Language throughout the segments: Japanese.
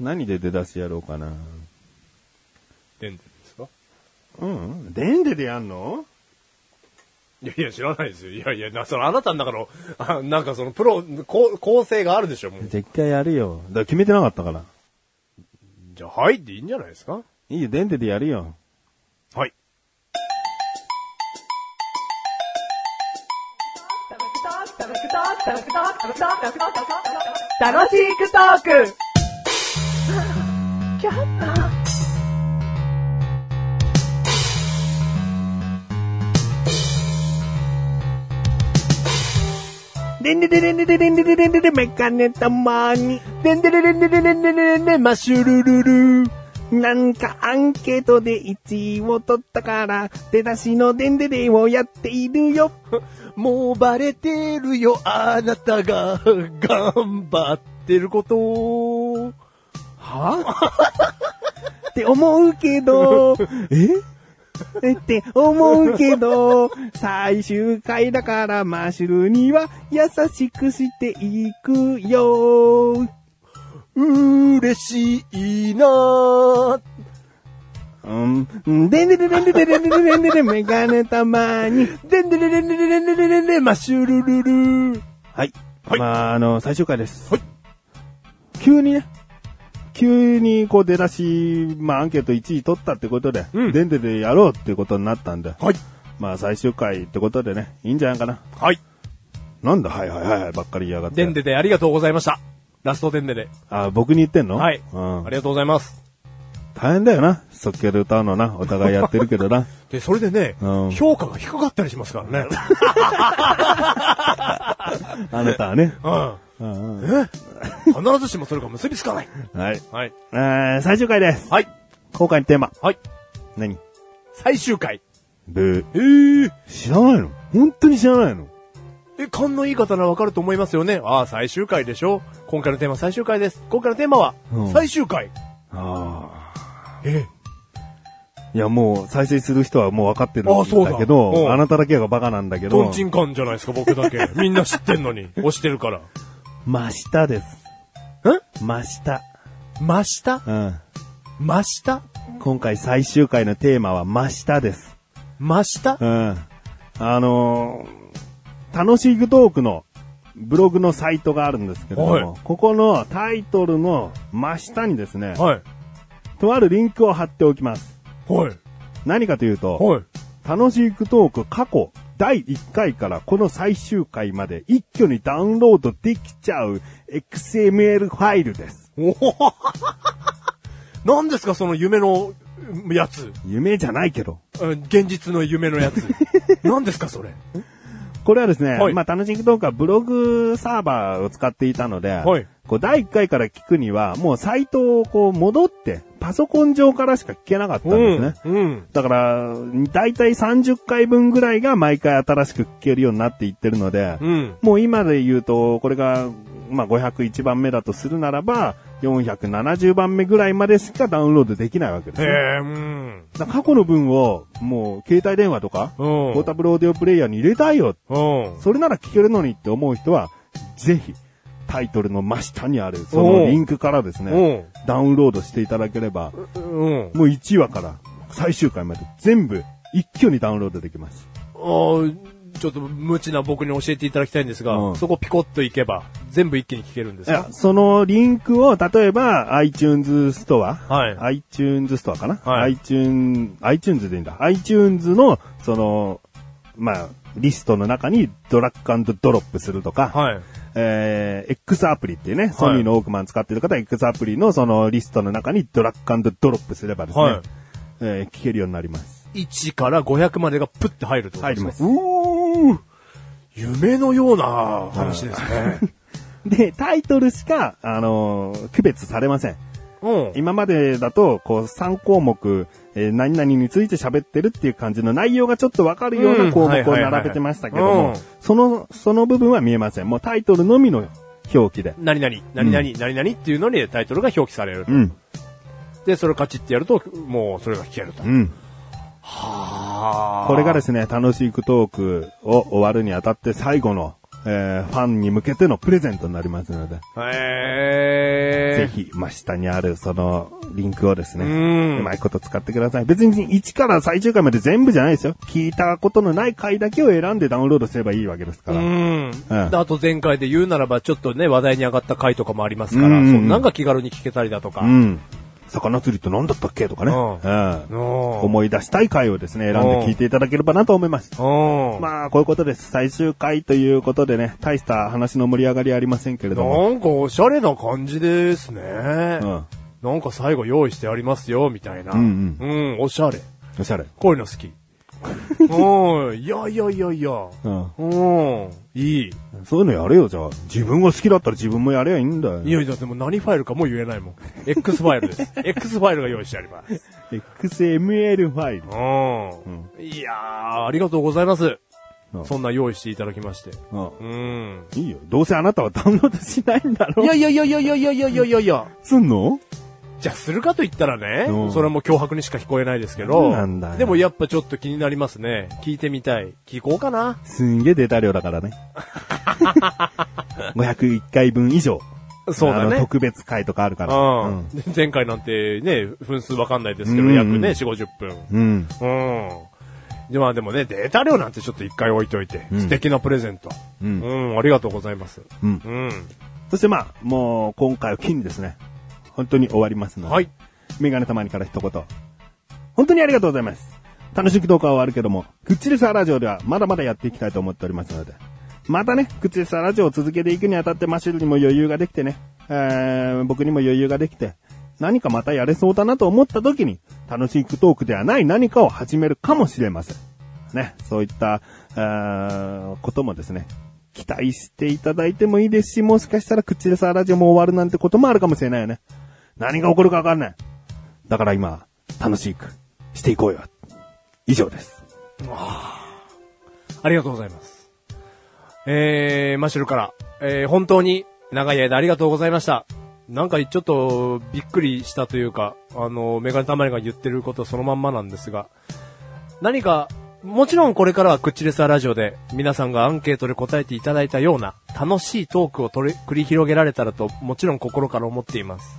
何で出だしやろうかな。デンデですかうんデンデでやんのいやいや、知らないですよ。いやいや、な、そのあなたの中の、あなんかそのプロ、こう構成があるでしょ、もう。絶対やるよ。だから決めてなかったから。じゃあ、はいっていいんじゃないですかいいよ、デンデでやるよ。はい。楽しくトークでんでででんでででんでででんででメガネたまに。でんでででんでででんでででんでマッシュルルル。なんかアンケートで1位を取ったから、出だしのでんででをやっているよ。もうバレてるよ、あなたが頑張ってること。はって思うけど、えって思うけど、最終回だからマシュルには優しくしていくよ。嬉しいなぁ。うん、でんでででんでででんでででんででメガネたまに。でんでででんでででんでででんで、マッシュルルル。はい。はいまあ、あの、最終回です。はい急にね、急にこう出だし、まあアンケート1位取ったってことで、うんデンデでやろうってことになったんで、はい。まあ最終回ってことでね、いいんじゃないかな。はい。なんだ、はいはいはいはいばっかり言いやがって。でんででありがとうございました。ラストでんでで。あ、僕に言ってんのはい。うんあ。りがとうございます。大変だよな。即興で歌うのな。お互いやってるけどな。で、それでね、うん評価が低かったりしますからね。あなたはね。ううんうんん。必ずしもそれが結びつかない。はい。はい。えー最終回です。はい。今回のテーマ。はい。何最終回。ブー。えー。知らないの本当に知らないのえ、勘のいい方ならわかると思いますよね。ああ、最終回でしょ。今回のテーマ最終回です。今回のテーマはうん、最終回。あえあ。いや、もう、再生する人はもう分かってるあそんうだだけうんど、あなただけがバカなんだけえ、ど。トンチンカンじゃないですか、僕 だけ。みんな知ってんのに。押してるから。真下です。ん真下。真下うん。真下今回最終回のテーマは真下です。真下うん。あのー楽しいグトークのブログのサイトがあるんですけれども、はいここのタイトルの真下にですね、はい。とあるリンクを貼っておきます。はい。何かというと、はい。楽しくトーク過去第1回からこの最終回まで一挙にダウンロードできちゃう XML ファイルです。おお 何ですか、その夢のやつ。夢じゃないけど。うん現実の夢の やつ。何ですか、それ。これはですね、はいまあ楽しくトークはブログサーバーを使っていたので、はいこう第1回から聞くにはもうサイトをこう戻ってパソコン上からしか聞けなかったんですね。うん。うん。だから、だいたい30回分ぐらいが毎回新しく聞けるようになっていってるので、うん。もう今で言うと、これが、まあ、501番目だとするならば、470番目ぐらいまでしかダウンロードできないわけです、へね。え、うん。だから過去の分を、もう、携帯電話とか、うポん。ータブルオーディオプレイヤーに入れたいよ。うん。それなら聞けるのにって思う人は、ぜひ、タイトルの真下にある、そのリンクからですね、うん。ダウンロードしていただければ、うん。もう1話から最終回まで全部、一挙にダウンロードできます。あーちょっと無知な僕に教えていただきたいんですが、うんそこピコッといけば、全部一気に聞けるんですいやか、そのリンクを、例えば iTunes ストア、は iTunes ストアかな、はい iTunes、iTunes でいいんだ。iTunes の、その、まあ、リストの中にドラッグドロップするとか、はい。えー、X アプリっていうね、ソニーのオークマン使ってる方は X アプリのそのリストの中にドラッグドロップすればですね、はいえー聞けるようになります。 1から500までがプッて入るってこと入でりすかます。うー夢のような話ですね。で、タイトルしか、あのー区別されません。うん。今までだと、こう、3項目、えー何々について喋ってるっていう感じの内容がちょっとわかるよううんな項目をはいはいはい並べてましたけどうんも、その、その部分は見えません。もうタイトルのみの表記で。何々、何々、何々っていうのにタイトルが表記される。うん、で、それをカチってやると、もうそれが聞けると。うん。はあこれがですね、楽しいトークを終わるにあたって最後の、えーファンに向けてのプレゼントになりますので、へぜひ、真下にあるそのリンクをですね、うんまいこと使ってください。別に1から最終回まで全部じゃないですよ。聞いたことのない回だけを選んでダウンロードすればいいわけですから。うん。んあと前回で言うならば、ちょっとね、話題に上がった回とかもありますから、うんうんうんそんなんが気軽に聞けたりだとか。ううんん。魚釣りって何だったっけとかね。ううんん。思い出したい回をですね、選んで聞いていただければなと思います。うん。まあ、こういうことです。最終回ということでね、大した話の盛り上がりはありませんけれども。なんかおしゃれな感じですね。うん。なんか最後用意してありますよ、みたいな。うんうん。おしゃれ。おしゃれ。こういうの好き。 うん。いやいやいやいや。うん。うん。いい。そういうのやれよ、じゃあ。自分が好きだったら自分もやればいいんだよ。いやいや、でも何ファイルかもう言えないもん。X ファイルです。X ファイルが用意してあります。 XML ファイル。うん。いやー、ありがとうございます。うんそんな用意していただきまして。ううん。ん。いいよ。どうせあなたはダウンロードしないんだろいやいやいやいやいやいやいやいやいやすんのじゃあするかと言ったらね、うんそれはもう脅迫にしか聞こえないですけそど。うなんだよでもやっぱちょっと気になりますね。聞いてみたい。聞こうかな。すんげえデータ量だからね。501回分以上。そうだあのね。特別回とかあるから。うん。で前回なんてね、分数わかんないですけど、うん約ね、4、50分。うん。うん。うん。でまあでもね、データ量なんてちょっと一回置いといて、ん素敵なプレゼント。う。うんん、ありがとうございます。うんうん。そしてまあ、もう今回を機にですね、本当に終わりますので。はい。メガネたまにから一言。本当にありがとうございます。楽しく動画はあるけども、くっちりさラジオではまだまだやっていきたいと思っておりますので。またね、くっちりさラジオを続けていくにあたってマシュルにも余裕ができてね、えー、僕にも余裕ができて、何かまたやれそうだなと思った時に、楽しくトークではない何かを始めるかもしれません。ね、そういった、えー、こともですね、期待していただいてもいいですし、もしかしたらくっちりさラジオも終わるなんてこともあるかもしれないよね。何が起こるかわかんない。だから今、楽しくしていこうよ。以上です。ありがとうございます。えー、マシュルから、えー、本当に長い間ありがとうございました。なんかちょっとびっくりしたというか、あの、メガネたまりが言ってることそのまんまなんですが、何か、もちろんこれからはクッチレスアラジオで皆さんがアンケートで答えていただいたような楽しいトークを取り繰り広げられたらともちろん心から思っています。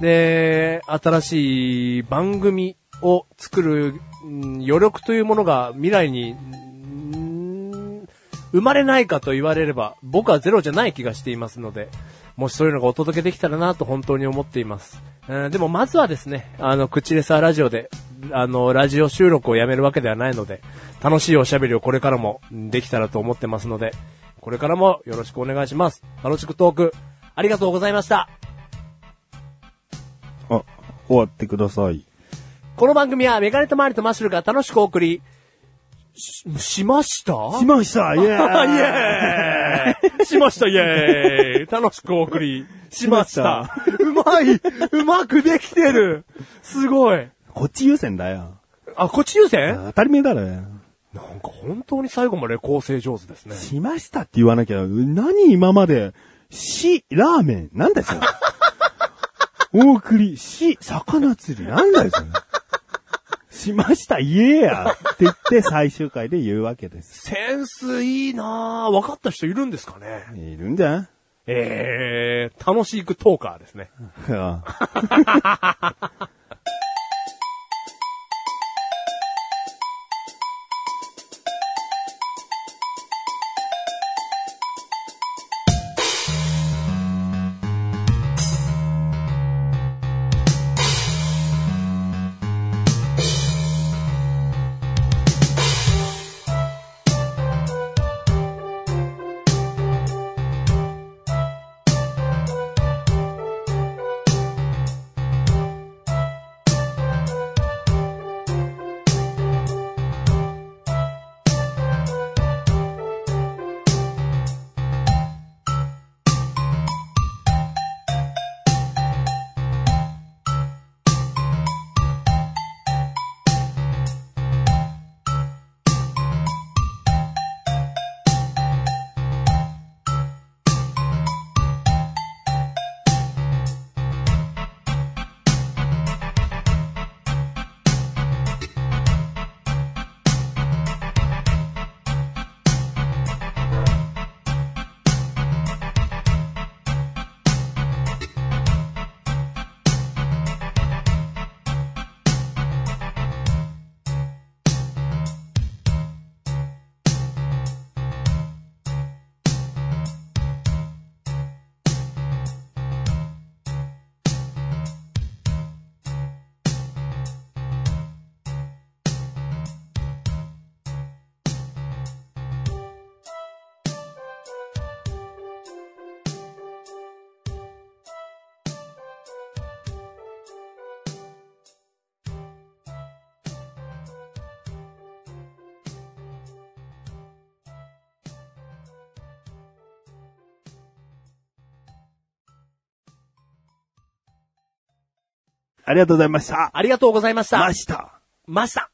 で、新しい番組を作る、うん余力というものが未来に、うん生まれないかと言われれば、僕はゼロじゃない気がしていますので、もしそういうのがお届けできたらなと本当に思っています。うんでもまずはですね、あの、口レサーラジオで、あの、ラジオ収録をやめるわけではないので、楽しいおしゃべりをこれからもうんできたらと思ってますので、これからもよろしくお願いします。楽しくトーク、ありがとうございました。あ、終わってください。この番組はメガネとマリとマッシュルが楽しくお送り、し、しましたしましたイエあーイイエーイ しましたイエーイ楽しくお送り、しました。うまいうまくできてるすごいこっち優先だよ。あ、こっち優先当たり前だろよ。なんか本当に最後まで構成上手ですね。しましたって言わなきゃ、何今まで、し、ラーメン、なんだよそ れ。お送り、し、魚釣り、なんだよそれ。しました、言えやって言って最終回で言うわけです。センスいいなぁ。分かった人いるんですかねいるんじゃんえー、楽しくトーカーですね。うんありがとうございました。ありがとうございました。ました。ました。